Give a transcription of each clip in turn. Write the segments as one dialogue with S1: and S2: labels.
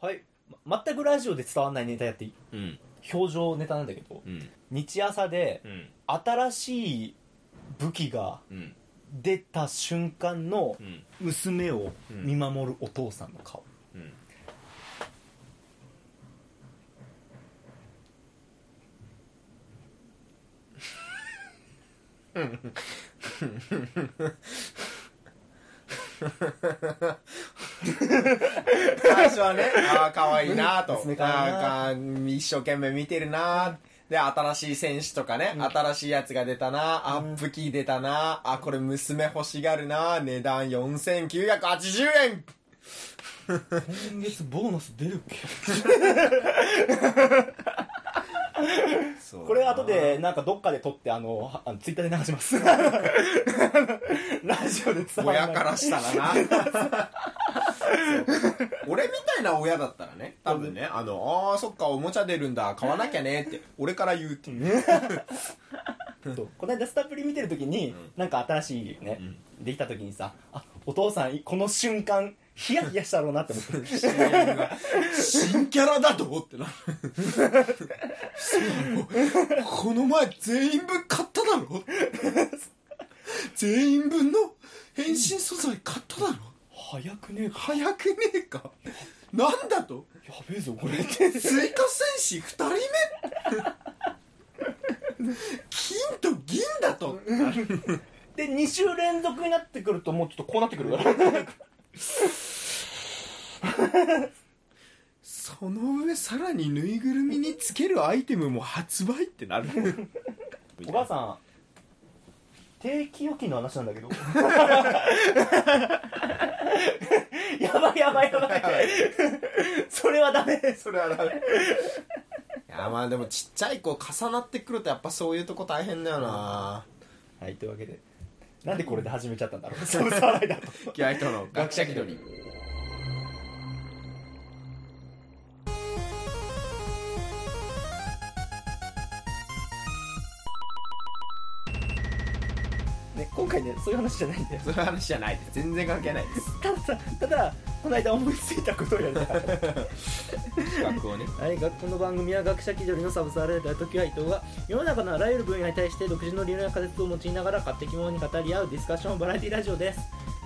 S1: はい
S2: ま全くラジオで伝わんないネタやっていい
S1: うん
S2: 表情ネタなんだけど
S1: うん
S2: 日朝で
S1: うん
S2: 新しい武器が
S1: うん
S2: 出た瞬間の
S1: うん
S2: 娘を見守るお父さんの顔
S1: うん 最初はねああ可愛いなと
S2: 娘可愛いな
S1: なんか一生懸命見てるなで新しい選手とかね、新しいやつが出たなあ、
S2: うん
S1: 武器出たなあこれ娘欲しがるな値段4980円
S2: 今月ボーナス出るっけこれ後でなんかどっかで撮ってあのはあのツイッターで流します ラジオで伝わら
S1: 親
S2: ない
S1: からした らなそう俺みたいな親だったらね多分ねあのあーそっかおもちゃ出るんだ買わなきゃねって俺から言うっていう
S2: そうこの間スタプリ見てる時に、なんか新しいね、できた時にさあお父さんこの瞬間ヒヤヒヤしたろうなって 思って
S1: 新キャラだと思ってな そうこの前全員分買っただろ全員分の変身素材買っただろ
S2: 早くね
S1: 早くねえかなんだと
S2: やべえぞこれって
S1: 追加戦士2人目金と銀だと
S2: で2週連続になってくるともうちょっとこうなってくるから
S1: その上さらにぬいぐるみにつけるアイテムも発売ってなる
S2: お母さん定期預金の話なんだけ どやばいやばいやばいそれはダメ
S1: それはダメいやまあでもちっちゃい子重なってくるとやっぱそういうとこ大変だよな
S2: はいというわけでなんでこれで始めちゃったんだろう その騒いだと
S1: 気合い との学者気取り
S2: ね今回ねそういう話じゃないんだよ
S1: そういう話じゃないです全然関係ないで
S2: たださただこの間思いついたことをやる
S1: す 学校ね
S2: はい学校の番組は学者気取りのサブサーレーター時は伊藤が世の中のあらゆる分野に対して独自の理論や仮説を用いながら勝手気ままに語り合うディスカッションバラエティラジオです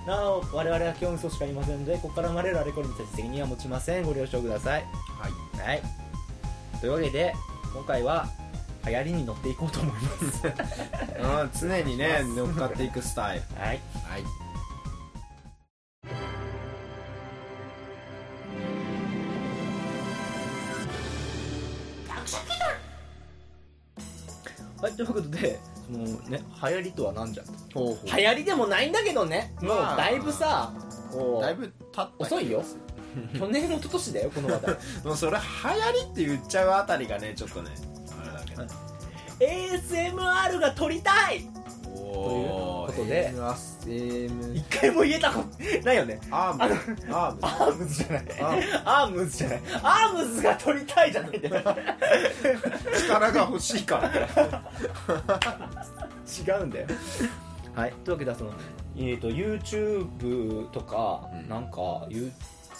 S2: なお我々は基本嘘しかありませんのでここから生まれるあれこれに対して責任は持ちませんご了承ください
S1: はい
S2: はいというわけで今回は流行りに乗っていこうと思います
S1: うん常にね乗っかっていくスタイル
S2: はい
S1: はい
S2: はい、ということで、そのね、流行りとは何じゃ
S1: ほうほ
S2: 流行りでもないんだけどね、もう
S1: まあ
S2: だいぶさ、こう
S1: だいぶ経った
S2: 遅い よ。去年、一昨年だよ、この話題。
S1: もうそれ流行りって言っちゃうあたりがねちょっとねあれだけど
S2: ASMR が撮りたい
S1: おー
S2: ということで
S1: ASM
S2: 一回も言えたことないよね。
S1: アームアーム
S2: アームズじゃない
S1: アーム。
S2: アームズじゃない。アームズが撮りたいじゃないんだよ。
S1: 力が欲しいからね
S2: 違うんだよ。はい、というわけで、その、えっ、と、YouTube とか、
S1: うん
S2: なんか、ゆ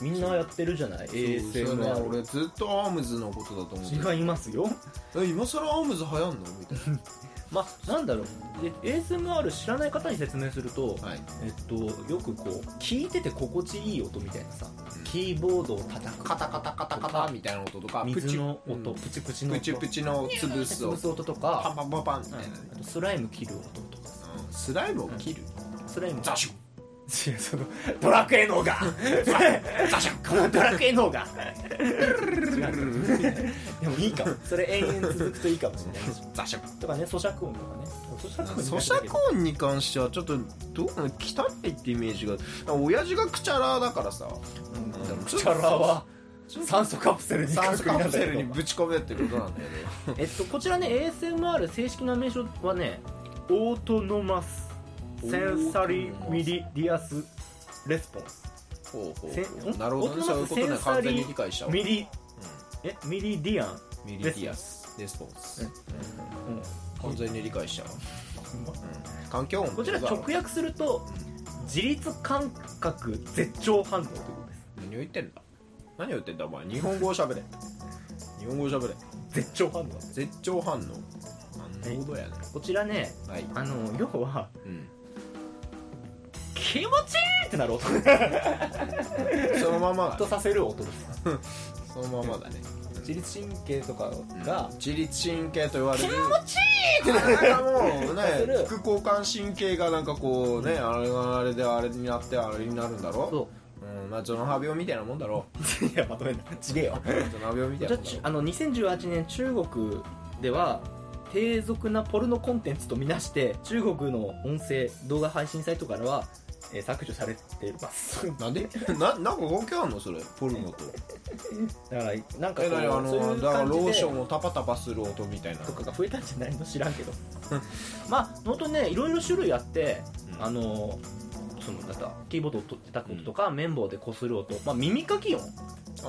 S2: みんなやってるじゃない
S1: そうね
S2: ?ASMR。
S1: 俺ずっとアームズのことだと思ってた
S2: 違いますよ。
S1: え今更アームズ流行んのみたい
S2: まあ、なんだろう。で ASMR 知らない方に説明すると、
S1: なはい
S2: えっと、よくこう聞いてて心地いい音みたいなさ、キーボードを叩く
S1: カタカタカタカタみたいな音とかプ
S2: 水
S1: チ
S2: の音、
S1: うん
S2: プチプチの
S1: プ
S2: 音
S1: チプチの潰す
S2: 潰
S1: 音
S2: す音と
S1: パ
S2: か、
S1: ンパンパンパンみ
S2: うん
S1: たいなね
S2: あとスライム切る音とかさ
S1: うんスライムを切る
S2: スライム
S1: ザシュ
S2: 違うそのドラクエの が
S1: ンザシュン
S2: このドラクエのがでもいいかもそれ延々続くといいかもしれないし
S1: ザシュン
S2: とかね咀嚼音とかね咀
S1: 咀
S2: 嚼音
S1: 嚼音に関してはちょっとどうなの汚いってイメージが親父がクチャラーだからさ
S2: うんチャラは酸素カプセルに
S1: 酸素カプセルに
S2: 隠れたんだけど
S1: ぶち込めってことなんだよね
S2: えっと、こちらね ASMR 正式な名称はねオートノマスセンサリーミリディアスレスポンス
S1: ほうほう
S2: せ
S1: ほ
S2: ん
S1: うなるほどねそういうことね完全に理解したわ
S2: ミリえミリディアン、
S1: うんミリディアスレスポンス完全に理解したわうん環境音も
S2: こちら
S1: そうだ
S2: 直
S1: ろ
S2: 訳すると自律感覚絶頂反応ということです
S1: 何を言ってんだ何言ってんだお前日本語を喋れ日本語を喋れ
S2: 絶頂反応
S1: 絶頂反応なるほどやね
S2: こちらね
S1: はい、
S2: あの要は
S1: うん、
S2: 気持ちいいってなる音
S1: そのままだ
S2: とさせる音です
S1: そのままだね
S2: 自律神経とか
S1: が
S2: が、
S1: 自律神経と言われる
S2: ちいい
S1: なんかもうね
S2: する
S1: 副交感神経がなんかこうね、あれがあれであれになってあれになるんだろ、
S2: そう
S1: ん、まあジョナハビオみたいなもんだろ
S2: ういやまとめんなちげえよ
S1: ジョナハビオみたい
S2: じ
S1: な
S2: ゃあ
S1: もんだ
S2: ちあ
S1: ろ
S2: の2018年中国では低俗なポルノコンテンツとみなして中国の音声動画配信サイトからは、えー削除されてます
S1: なんでななんか動きあんのそれポルノと
S2: だからなんかこ
S1: え
S2: う
S1: なにあ
S2: そうい
S1: の
S2: う
S1: だからロ
S2: 感
S1: ー
S2: じ
S1: シ
S2: で
S1: ョンをタパタパする音みたいな
S2: とかが増えたんじゃないの知らんけどまあ本当にねいろいろ種類あって、
S1: うん
S2: あのそのなんかキーボードを取って叩く音とか、綿棒でこする音、まあ、耳かき音
S1: あ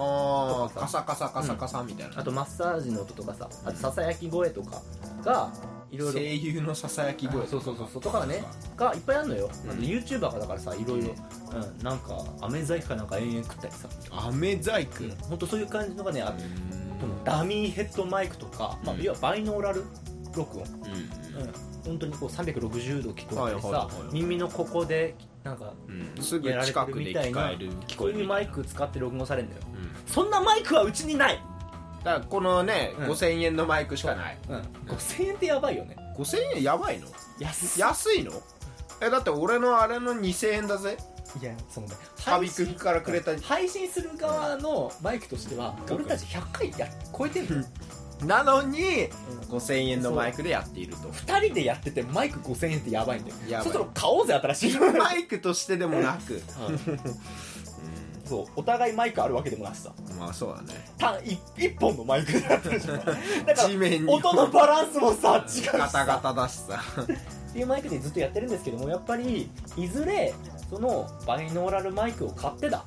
S2: と
S1: あ
S2: か
S1: カ
S2: さ
S1: サカサカサカサみたいな、
S2: あとマッサージの音とかさあとささやき声とかがいろいろ
S1: 声優のささやき声
S2: そうそうそうそうとかがねがいっぱいあるのよ、
S1: うん
S2: あの YouTuber がだからさいろいろ、うん、なんか飴細工かなんか延々食ったりさ、
S1: アメ細工
S2: うん、ほんとそういう感じのがねあ
S1: う
S2: とこの
S1: ん
S2: ダミーヘッドマイクとか、まあ
S1: う、ん
S2: 要はバイノーラル録音、
S1: うん
S2: うん、本当にこう360度聞こえてさ、
S1: はいはいはいはい
S2: 耳のここでなんか
S1: うんすぐ近くで聞こえる聞
S2: こ
S1: こ
S2: う
S1: える
S2: いうマイク使って録音されるんだよ
S1: うん
S2: そんなマイクはうちにない、
S1: だからこのね、
S2: うん
S1: 5000円のマイクしかない
S2: うん、5000円ってやばいよね
S1: 5000円やばいの
S2: 安い
S1: 安いのえだって俺のあれの2000円だぜ
S2: いやそのね
S1: カビ君からくれた
S2: 配信する側のマイクとしては
S1: うん
S2: 俺たち100回や超えてるのよ、
S1: なのに
S2: うん
S1: 5000円のマイクでやっていると
S2: 2人でやっててマイク5000円ってやばいんだよ
S1: やばい
S2: そろそろ買おうぜ新し い
S1: マイクとしてでもなく、
S2: そうお互いマイクあるわけでもなしさ
S1: うんまあそうだね
S2: 単一1本のマイクでやってるじゃんだ から
S1: 地面に
S2: 音のバランスもさ違うし
S1: ガタガ
S2: さ
S1: タだしさ
S2: っていうマイクでずっとやってるんですけどもやっぱりいずれそのバイノーラルマイクを買ってだ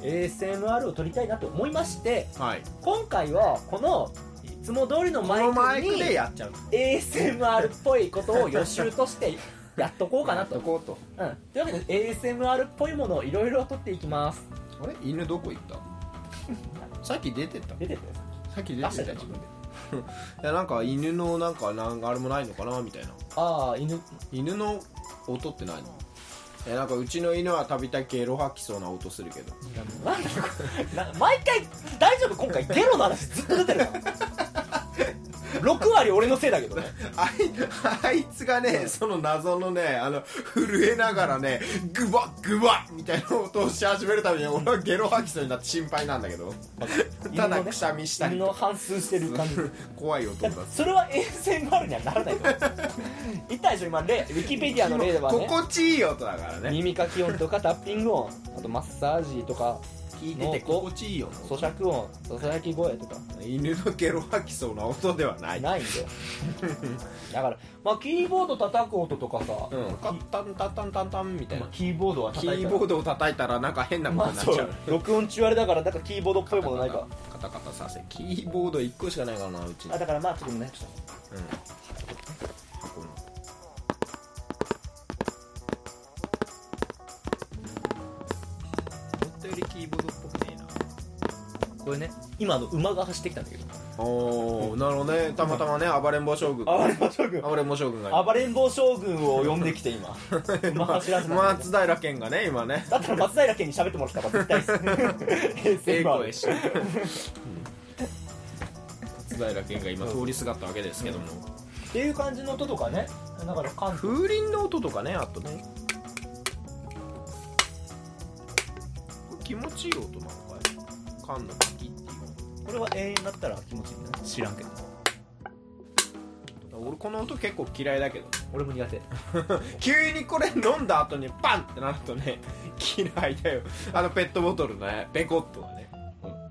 S2: ASMR を撮りたいなと思いまして
S1: はい
S2: 今回はこのいつも通りの
S1: このマ
S2: マイ
S1: イ
S2: ク
S1: ク
S2: に
S1: でやっちゃう
S2: ASMR っぽいことを予習としてやっとこうかなと
S1: やっこうと
S2: うん、というわけで ASMR っぽいものをいろいろ撮っていきます
S1: あれ犬どこ行ったさっき出てった
S2: 出てったよ
S1: さっき出
S2: 出
S1: て
S2: したたよ
S1: よ
S2: 自分で
S1: いやなんか犬のなんかなんかあれもないのかなみたいな
S2: ああ犬
S1: 犬の音って何えなんかうちの犬はたびたびゲロ吐きそうな音するけど
S2: なんだろうな毎回大丈夫今回ゲロの話ずっと出てるから6割俺のせいだけど ね
S1: あいあい つがねその謎のねあの震えながらねグワッグワッみたいな音をし始めるたびに俺はゲロ吐きそうになって心配なんだけどただくしゃみした
S2: 犬
S1: り
S2: の
S1: とか
S2: 反数してる感じ
S1: 怖い音
S2: だ
S1: だ
S2: から
S1: す
S2: それは ASMR にはならないと思う言ったでしょ今例ウィキペディアの例ではね
S1: 心地いい音だからね
S2: 耳かき音とかタッピング音あとマッサージとか
S1: 聞いてて心地いいよ
S2: 咀嚼音ささやき声とか
S1: 犬のゲロ吐きそうな音ではない
S2: ないんだよだからまあキーボード叩く音とかさ、
S1: うんカッタンタンタンタンタンみたい
S2: ま
S1: な
S2: あキーボードは
S1: キ
S2: 叩いた
S1: ーボードを叩いたらなんか変なこ
S2: ま
S1: と
S2: あ
S1: になっ
S2: そ
S1: ちゃう
S2: う録音中あれだからなんかキーボードっぽいものないか
S1: カタカタさせキーボード1個しかないからなうちに
S2: あだからまあちょっとねちょっ
S1: うんこの思ったよりキーボードっぽくね
S2: とこれね今あの馬が走ってきたんだけど
S1: えなおおなるほどねたまたまね暴れん坊将軍
S2: 暴れん坊将軍
S1: 暴れん坊将軍が
S2: 暴れん坊将軍を呼んできて 今馬走らせたんだけど
S1: 松平健がね今ね
S2: だったら松平健に喋ってもらったら絶対いい っす
S1: ええ
S2: ASMR
S1: 声してる松平健が今通りすがったわけですけども
S2: っていう感じの音とかねだから関 東
S1: 風鈴の音とかねあとねこれ気持ちいい音なのかい缶のパキっていう
S2: これは永遠だったら気持ちいいんだね知らんけど
S1: 音俺この音結構嫌いだけど
S2: 俺も苦手
S1: 急にこれ飲んだ後にパンってなるとね 嫌いだよあのペットボトルのねペコッとがね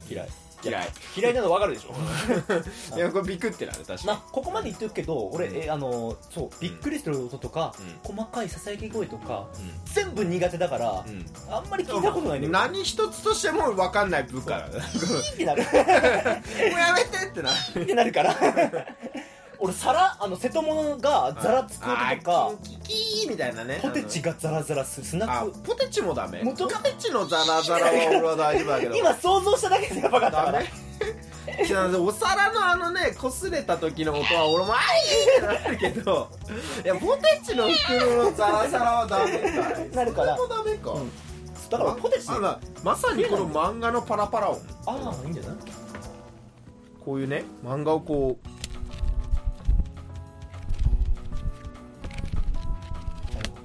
S2: 嫌い
S1: 嫌い
S2: 嫌いなの分かるでしょ
S1: いやこれビクってなる確
S2: まあ
S1: か
S2: ここまで言っておくけど俺、
S1: うん
S2: えあのそうびっくりする音とか、細かいささやき声とか
S1: に
S2: 全部苦手だから、
S1: うん、
S2: あんまり聞いたことないね
S1: 何一つとしても分かんない部下だね も
S2: ピーってなる
S1: うやめてってなる
S2: ピーってなるから俺皿あの瀬戸物がザラつく音と
S1: あ
S2: か
S1: ーキンキキーみたいなね
S2: ポテチがザラザラするスナ
S1: あ
S2: ッ
S1: の
S2: ク
S1: あポテチもダメ
S2: もと
S1: ポテチのザラザラは俺は大丈夫だけど
S2: 今想像しただけでやばかったか
S1: ダ
S2: ら
S1: メ違うお皿のあのね擦れた時の音は俺もあいってなるけどいやポテチの袋のザラザラはダメかい
S2: なるから
S1: それもダメか、
S2: うんだからポテチ
S1: あ
S2: あ
S1: ままさにこの漫画のパラパラ音
S2: あーいいんじゃない
S1: こういうね漫画をこう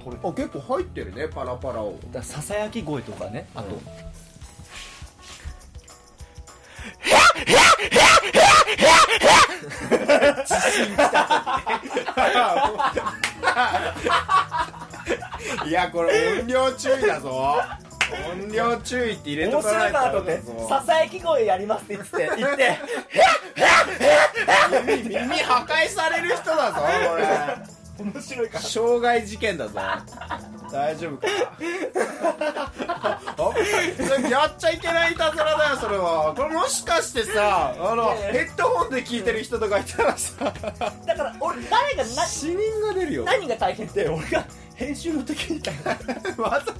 S2: これだか
S1: あ結構入ってるねパラパラ音
S2: らささやき声とかねあと、
S1: うん いやこれ音量注意だぞ音量注意って入れと
S2: 面
S1: か
S2: 白
S1: ないいと
S2: なと思ってささやき声やりますって言 って言って
S1: 耳耳破壊される人だぞこれ
S2: 面白いから
S1: 傷害事件だぞ大丈夫 かあそれやっちゃいけないいたずらだよそれはこれもしかしてさあの
S2: いやいや
S1: ヘッドホンで聞いてる人とかいたらさ
S2: だから俺誰がな
S1: 死人が出るよ
S2: 何が大変って俺が編集の時みたいな
S1: わざ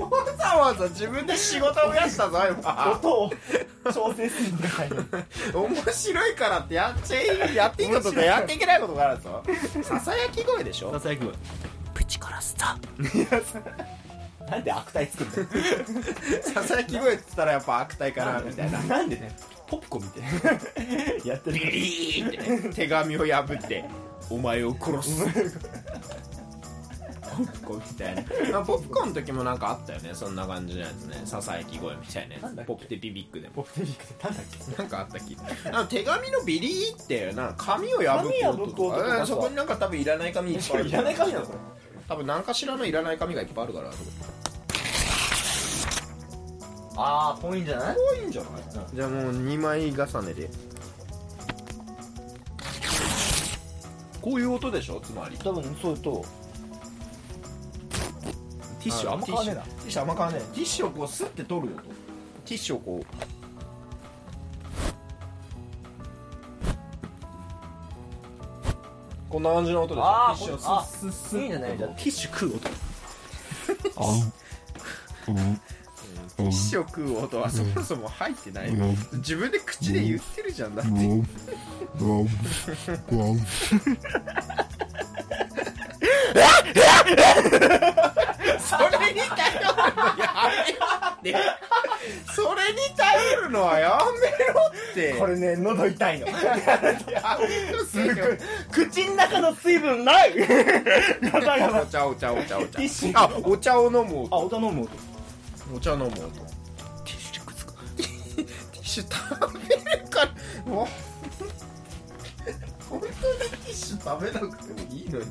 S1: わざわざ自分で仕事増やしたぞ今
S2: 音を調整するみたいな
S1: 面白いからってやっちゃいやっていいこととやっていけないことがあるぞささやき声でしょ
S2: ささやき声プチからスタなんで悪態つくんだ
S1: ささやき声って言ったらやっぱ悪態かなみたいな
S2: よなんでねポップコみたいなやって
S1: ビ
S2: る
S1: リーって、ね、手紙を破ってお前を殺すポップコーンみたいなまあポップコーンの時もなんかあったよねそんな感じのやつねささやき声みたいなや
S2: なんだっ
S1: つ
S2: け
S1: ポップテピビックでも
S2: ポップミックってなんだっけ
S1: なんかあったっけなんか手紙のビリーってなんか紙を破く
S2: 紙
S1: 音と
S2: 破く音と
S1: か
S2: か
S1: うんそこになんか多分いらない紙いっぱいある
S2: いらない紙なのこれ
S1: 多分何かしらのいらない紙がいっぱいあるからあそこ
S2: ああぽいんじゃない
S1: 多いんじゃないじゃあもう2枚重ねでこういう音でしょつまり
S2: 多分そうと
S1: ティッシュ
S2: あ
S1: あんま
S2: テ
S1: 変
S2: ィッシュ
S1: わんねえなティッシュあんま変わんねえティッシュをこうスッて取るよとティッシュをこうこんな感じの音でしょ
S2: あー
S1: ティッシュをス
S2: これ
S1: ッスッスッ
S2: いいんじゃないじゃあ
S1: テ
S2: ティッシュ食う音
S1: ィッシュを食う音はそもそも入ってない、自分で口で言ってるじゃんだって、それに頼るのやめろってそれに頼るのはやめろって
S2: これね喉痛いの
S1: やめろすぐ
S2: 口の中の水分ないガバガ
S1: お
S2: バ
S1: 茶お茶お茶お
S2: ティッシ
S1: 茶
S2: ュ
S1: あお茶を飲む音
S2: あ、お頼む音
S1: お茶飲む音ティッシュくつかティッシュ食べるからもう本当にティッシュ食べなくてもいいのに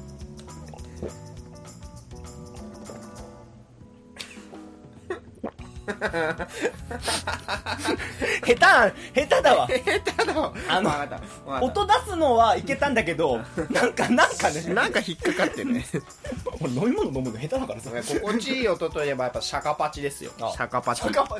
S2: 下手下手だわ
S1: ただ
S2: あの
S1: わかったわかった
S2: 音出すのはいけたんだけどなんかなんかね
S1: なんか引っかかって ね
S2: 俺飲み物飲むの下手だからさ
S1: 心地いい音といえばやっぱシャカパチですよシ
S2: あ
S1: ャカパチ
S2: 高橋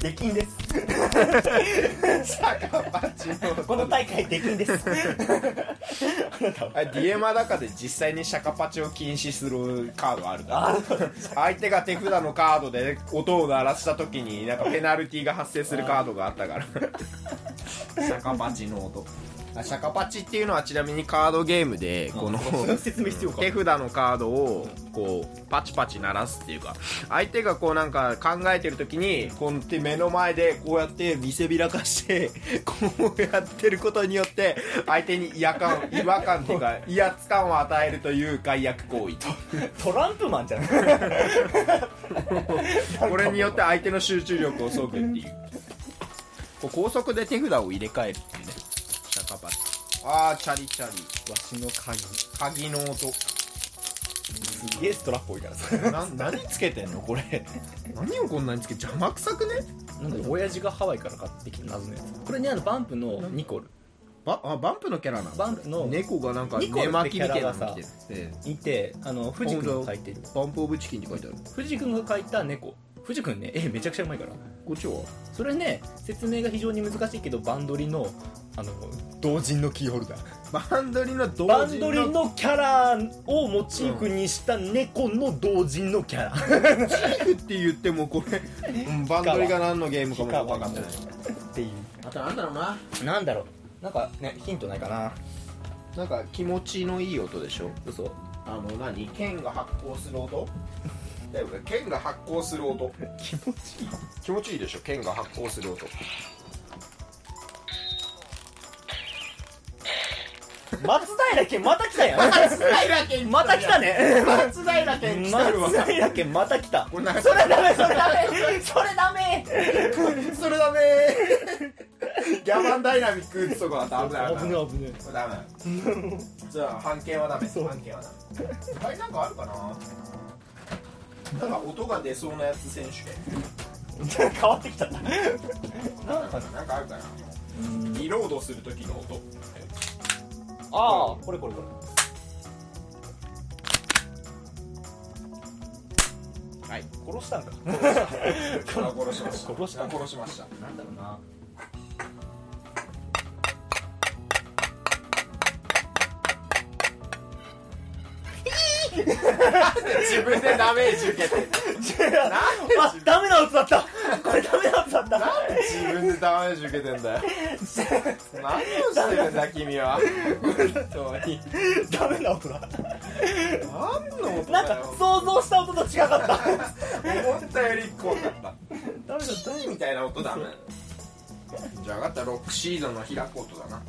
S2: 出禁です
S1: シャカパチの音
S2: この大会出禁ですあなたは
S1: あディエマだかで実際にシャカパチを禁止するカードあるから相手が手札のカードで音を鳴らした時になんかペナルティーが発生するカードがあったからシャカパチの音あシャカパチっていうのはちなみにカードゲームでこの
S2: それ説明必要か
S1: 手札のカードをこうパチパチ鳴らすっていうか相手がこうなんか考えてる時にこうやって目の前でこうやって見せびらかして こうやってることによって相手に違和感違和感っていうか威圧感を与えるという害悪行為
S2: トランプマンじゃない
S1: これによって相手の集中力を削ぐっていうこう高速で手札を入れ替えるっていうねシャカパチああチャリチャリ
S2: わしの鍵す
S1: 鍵の音
S2: げえストラップ多いからさ
S1: な何つけてんのこれ何をこんなにつけ邪魔くさくね
S2: なんか親父がハワイから買ってきた謎のやつこれねあのバンプのニコル
S1: バあバンプのキャラなの
S2: バンプの
S1: 猫がなんか
S2: ニコルっ
S1: 寝
S2: て
S1: 巻きみたいなの
S2: キャラが
S1: 着てるえ
S2: いてあの藤君が書いてる
S1: えバンプオブチキンって書いてある
S2: 藤君が書いた猫藤君ね絵めちゃくちゃうまいから
S1: こっちは
S2: それね説明が非常に難しいけどバンドリのあの同人のキーホルダー
S1: バンドリの同
S2: バン
S1: 人
S2: ドリのキャラをモチーフにした猫の同人のキャラ、
S1: って言ってもこれうんバンドリが何のゲームかもよく分かってない
S2: ってい
S1: あとなんだろうな
S2: うなんだろうなんかねヒントないかな
S1: なんか気持ちのいい音でしょ
S2: 嘘
S1: あの何剣が発光する 音だよね剣が発光する音
S2: 気持ちいい
S1: 気持ちいいでしょ剣が発光する音
S2: 松平健また来たやん
S1: 平健
S2: また来たね
S1: 松平健来てるわ
S2: 松平健また来た
S1: これなんか
S2: それダメそれダメそれダメ
S1: それダメーギャバンダイナミック打つとこはダメだよな
S2: 危ね危ね
S1: これダメじゃあ半径はダメ半径はダメ他になんかあるかななんか音が出そうなやつ選手権
S2: 変わってきちゃったなんか
S1: なんかあるかなリロードする時の音
S2: ああこれこれこ
S1: はい
S2: れ殺したんか
S1: これは殺しました
S2: 殺した
S1: これは殺しました
S2: なんだろうな
S1: 自分でダメージ受けて
S2: 違うあダメな音だったこれダメな音だった
S1: なんで自分でダメージ受けてんだよ何をしてるんだ君は本当に
S2: ダメな音だ
S1: 何の音
S2: なん
S1: だ
S2: か
S1: よ
S2: 想像した音と違かった
S1: 思ったより怖かった
S2: ダメだ
S1: ダメみたいな音だねじゃあ分かったロックシードの開く音だな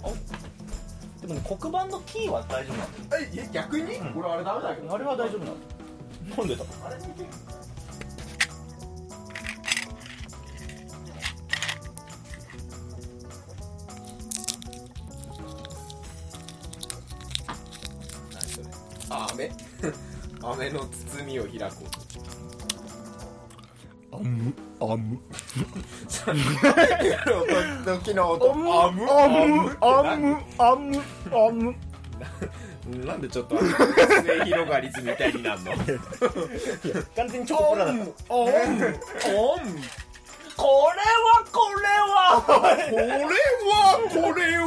S2: でもね黒板のキーは大丈夫な
S1: えいや逆に
S2: ん
S1: 俺あれダメだけ
S2: のあれは大丈夫なのなんでだ
S1: あれ見て何それあ 飴飴の包みを開 こう
S2: あむあむ
S1: 時の音
S2: あむあむあむあむあむ
S1: むなんでちょっとあの末広がり図みたいになるの
S2: 完全にチョコプラだった
S1: オンオン
S2: これはこれは
S1: これはこれは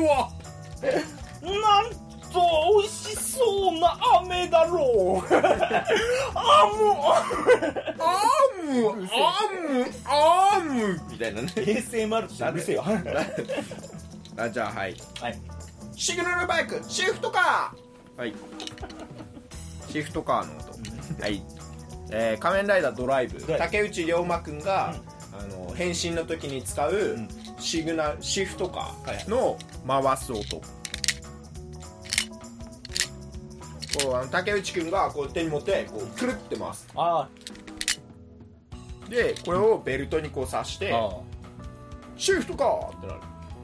S2: なんと美味しそうな飴だろうあ
S1: アームアームアームみたいなね
S2: む ASMR ってうるせえよはい
S1: あじゃあはいシグナルバイクシフトカーはいシフトカーの音はい、えー仮面ライダードライブ
S2: ドライブ
S1: 竹内涼真君が、あの変身の時に使うシグナルシフトカーの回す音、こうあの竹内君がこう手に持ってこうくるって回す
S2: あ
S1: でこれをベルトにこう刺して
S2: あ
S1: シフトカーってなる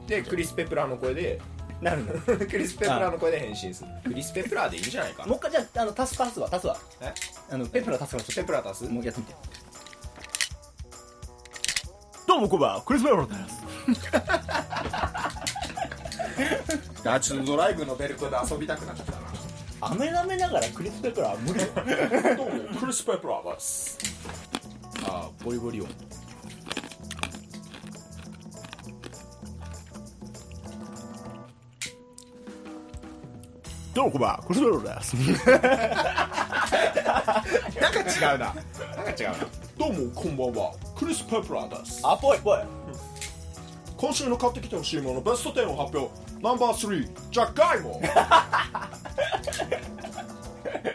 S1: でクリス・ペプラーの声で
S2: な るの
S1: クリス・ペプラーの声で変身するクリス・ペプラーでいいんじゃないか
S2: もう一回じゃああの足すか足すわ足すわ
S1: え
S2: あのペプラ足すわちょ
S1: ペ
S2: っ
S1: プラー足す
S2: ともうやってみてどうもこんばんはクリス・ペプラです
S1: あちょっとドライブのベルトで遊びたくなっちゃった
S2: 飴舐めながらクリス・ペプラは無理よ
S1: などうもクリス・ペプラーですあーボリボリ音
S2: どうもこんばんはクリス・ペプラです
S1: なんか違うななんか違うなどうもこんばんはクリス・ペプラーです
S2: あぽいぽい
S1: 今週の買ってきてほしいものベスト10を発表ナンバー3ジャッガイモ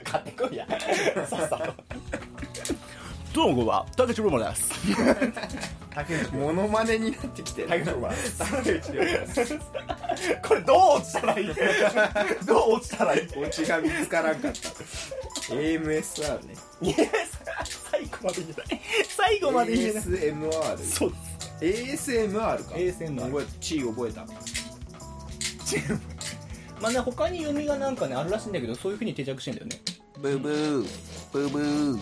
S2: 買ってこいや さっさとどうもこんばんは竹内ロマです
S1: 竹内モノマネになってきて竹内涼真です
S2: これどう落ちたらいいどう落 ちたらいい
S1: オチが見つからんかった AMSR ね
S2: いや最後まで言えない最後まで言えない
S1: ASMR
S2: そう
S1: ASMR か
S2: ASMR
S1: 覚えた地位覚えた
S2: まあね他に読みがなんかねあるらしいんだけどそういうふうに定着してんだよね
S1: ブーブーブーブーブー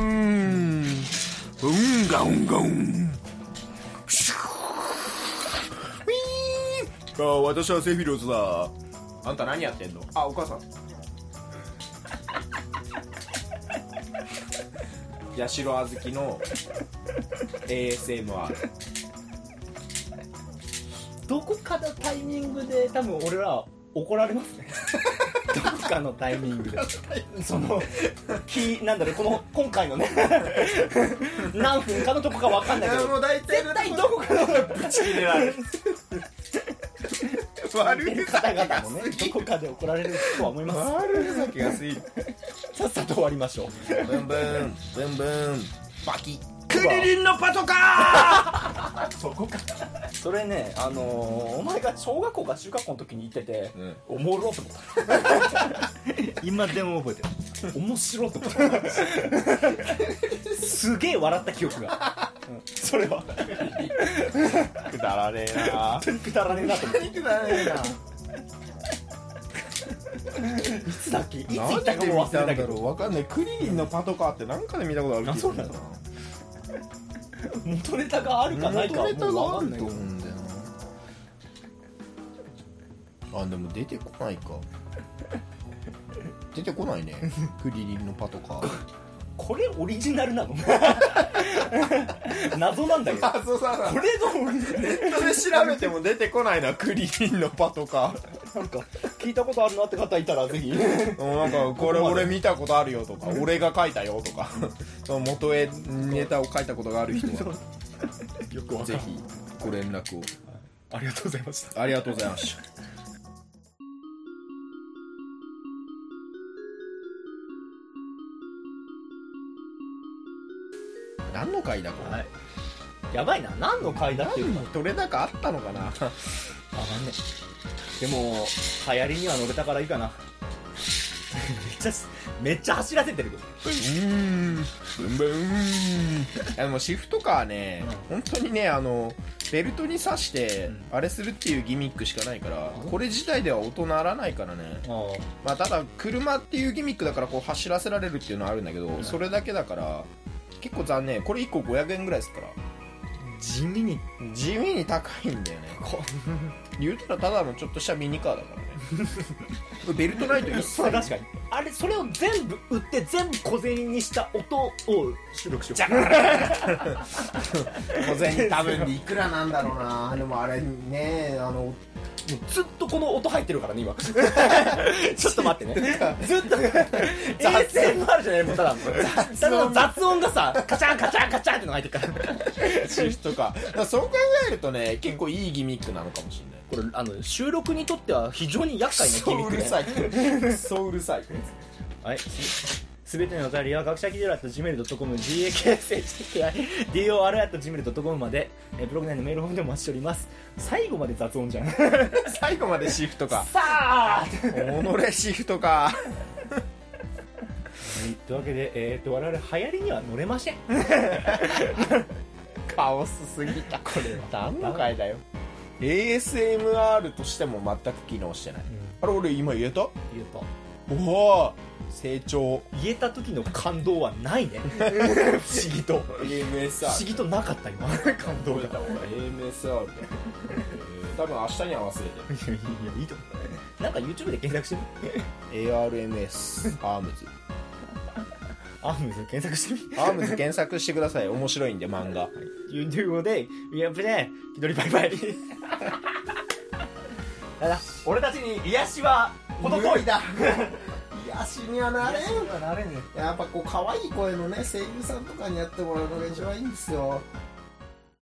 S1: ンうんがうんがうんシューウィーンああ私はセフィロスだあんた何やってんのあお母さん 八代あずきの ASMR
S2: どこかのタイミングで多分俺ら怒られます ねどこかのタイミングでそのきなんだろうこの今回 のね何分かのとこか分かんないけど
S1: う大体
S2: 絶対どこかの
S1: ぶち切れられる 悪い
S2: 方々もねどこかで怒られるとは思いま
S1: 悪ふざけがすぎる
S2: すさっさと終わりましょう
S1: ブンブンブンブンバキクリリンのパトカ
S2: そこかそれねあのーお前が小学校か中学校の時に言ってて、
S1: ー、うん、
S2: おもろと思った今でも覚えてる面白と思ったすげえ笑った記憶 が、うんそれは本
S1: くだらねえな
S2: 当にくだらねえなと思って
S1: くだらねえない
S2: つだっけいつ行
S1: 何
S2: った
S1: で
S2: か
S1: 見
S2: もう忘
S1: た
S2: れた
S1: んだ
S2: け
S1: ろ
S2: ど
S1: うわかんないクリリンのパトカーって何かで見たことある気がする
S2: あそうな元ネタがあるかないかは
S1: 元ネタ
S2: もう
S1: があ
S2: 分かんな
S1: る
S2: い
S1: と
S2: けど
S1: 思うんだよなあでも出てこないか出てこな いねクリリンのパトカー
S2: これオリジナルなの 謎なんだけど こ
S1: そうさ
S2: れがオリジナル
S1: ネットで調べても出てこないなクリリンのパトカ
S2: なんか聞いたことあるなって方いたら ぜひ
S1: ーなんかこれ俺見たことあるよとか俺が書いたよとかその元へネタを書いたことがある人 は
S2: よくわ
S1: ぜひご連絡を
S2: ありがとうございました
S1: ありがとうございました何の回だこれ、
S2: はいやばいな何の回だっていう
S1: 何
S2: か
S1: の取れ高あったのかな
S2: あかんねでも流行りには乗れたからいいかなめっちゃめっちゃ走らせてるけど
S1: うーんブンブーンいやでもシフトカーね、本当にねあのベルトに刺して
S2: うん
S1: あれするっていうギミックしかないから、
S2: うん
S1: これ自体では音鳴らないからね、
S2: あ
S1: まあ、ただ車っていうギミックだからこう走らせられるっていうのはあるんだけど、それだけだから結構残念これ1個500円ぐらいですから
S2: 地味に
S1: 地味に高いんだよね
S2: こ
S1: 言うたらただのちょっとしたミニカーだ からねこれベルトないと一切
S2: それ確かにあれそれを全部売って全部小銭にした音を収録しようじゃ
S1: 小銭多分でいくらなんだろうなでもあれねあの
S2: ずっとこの音入ってるからね 今ちょっと待ってねずっ と ASMR じゃないもうただのただの雑音がさカチャンカチャンカチャンってのが入ってるから
S1: シフトかだからそう考えるとね結構いいギミックなのかもしれない
S2: これあの収録にとっては非常に厄介な
S1: そう
S2: 響
S1: う
S2: き
S1: る
S2: ね
S1: さいそううるさい
S2: はいすすべてのお便りは学者記事 .gmail.com gakshkidor.gmail.com までえーブログ内のメールフォームでお待ちしております最後まで雑音じゃんさ
S1: 最後までシフトか
S2: あ
S1: おのれシフトか
S2: というわけで、えー、と我々流行りには乗れません
S1: カオスすぎたこれは 何の回だよ ASMR としても全く機能してない、あれ俺今言えたお
S2: 言え
S1: お成長
S2: た言えた時の感動はない ね不思議と不
S1: AMSR
S2: 思議となかった 今感動が い
S1: AMSR 多分明日には忘れ
S2: やいやいいと思うなんか YouTube で検索してみ
S1: て ARMS アームズ
S2: アームズ検索してみ
S1: アームズ検索してください面白いんで漫画
S2: YouTube で、やっぱね、気取りバイ バイ。だな、俺たちに癒しは程 遠いだ。
S1: だ癒しにはなれん
S2: はなれね
S1: やっぱこう可愛い声のね声優さんとかにやってもらうのが一番いいんですよ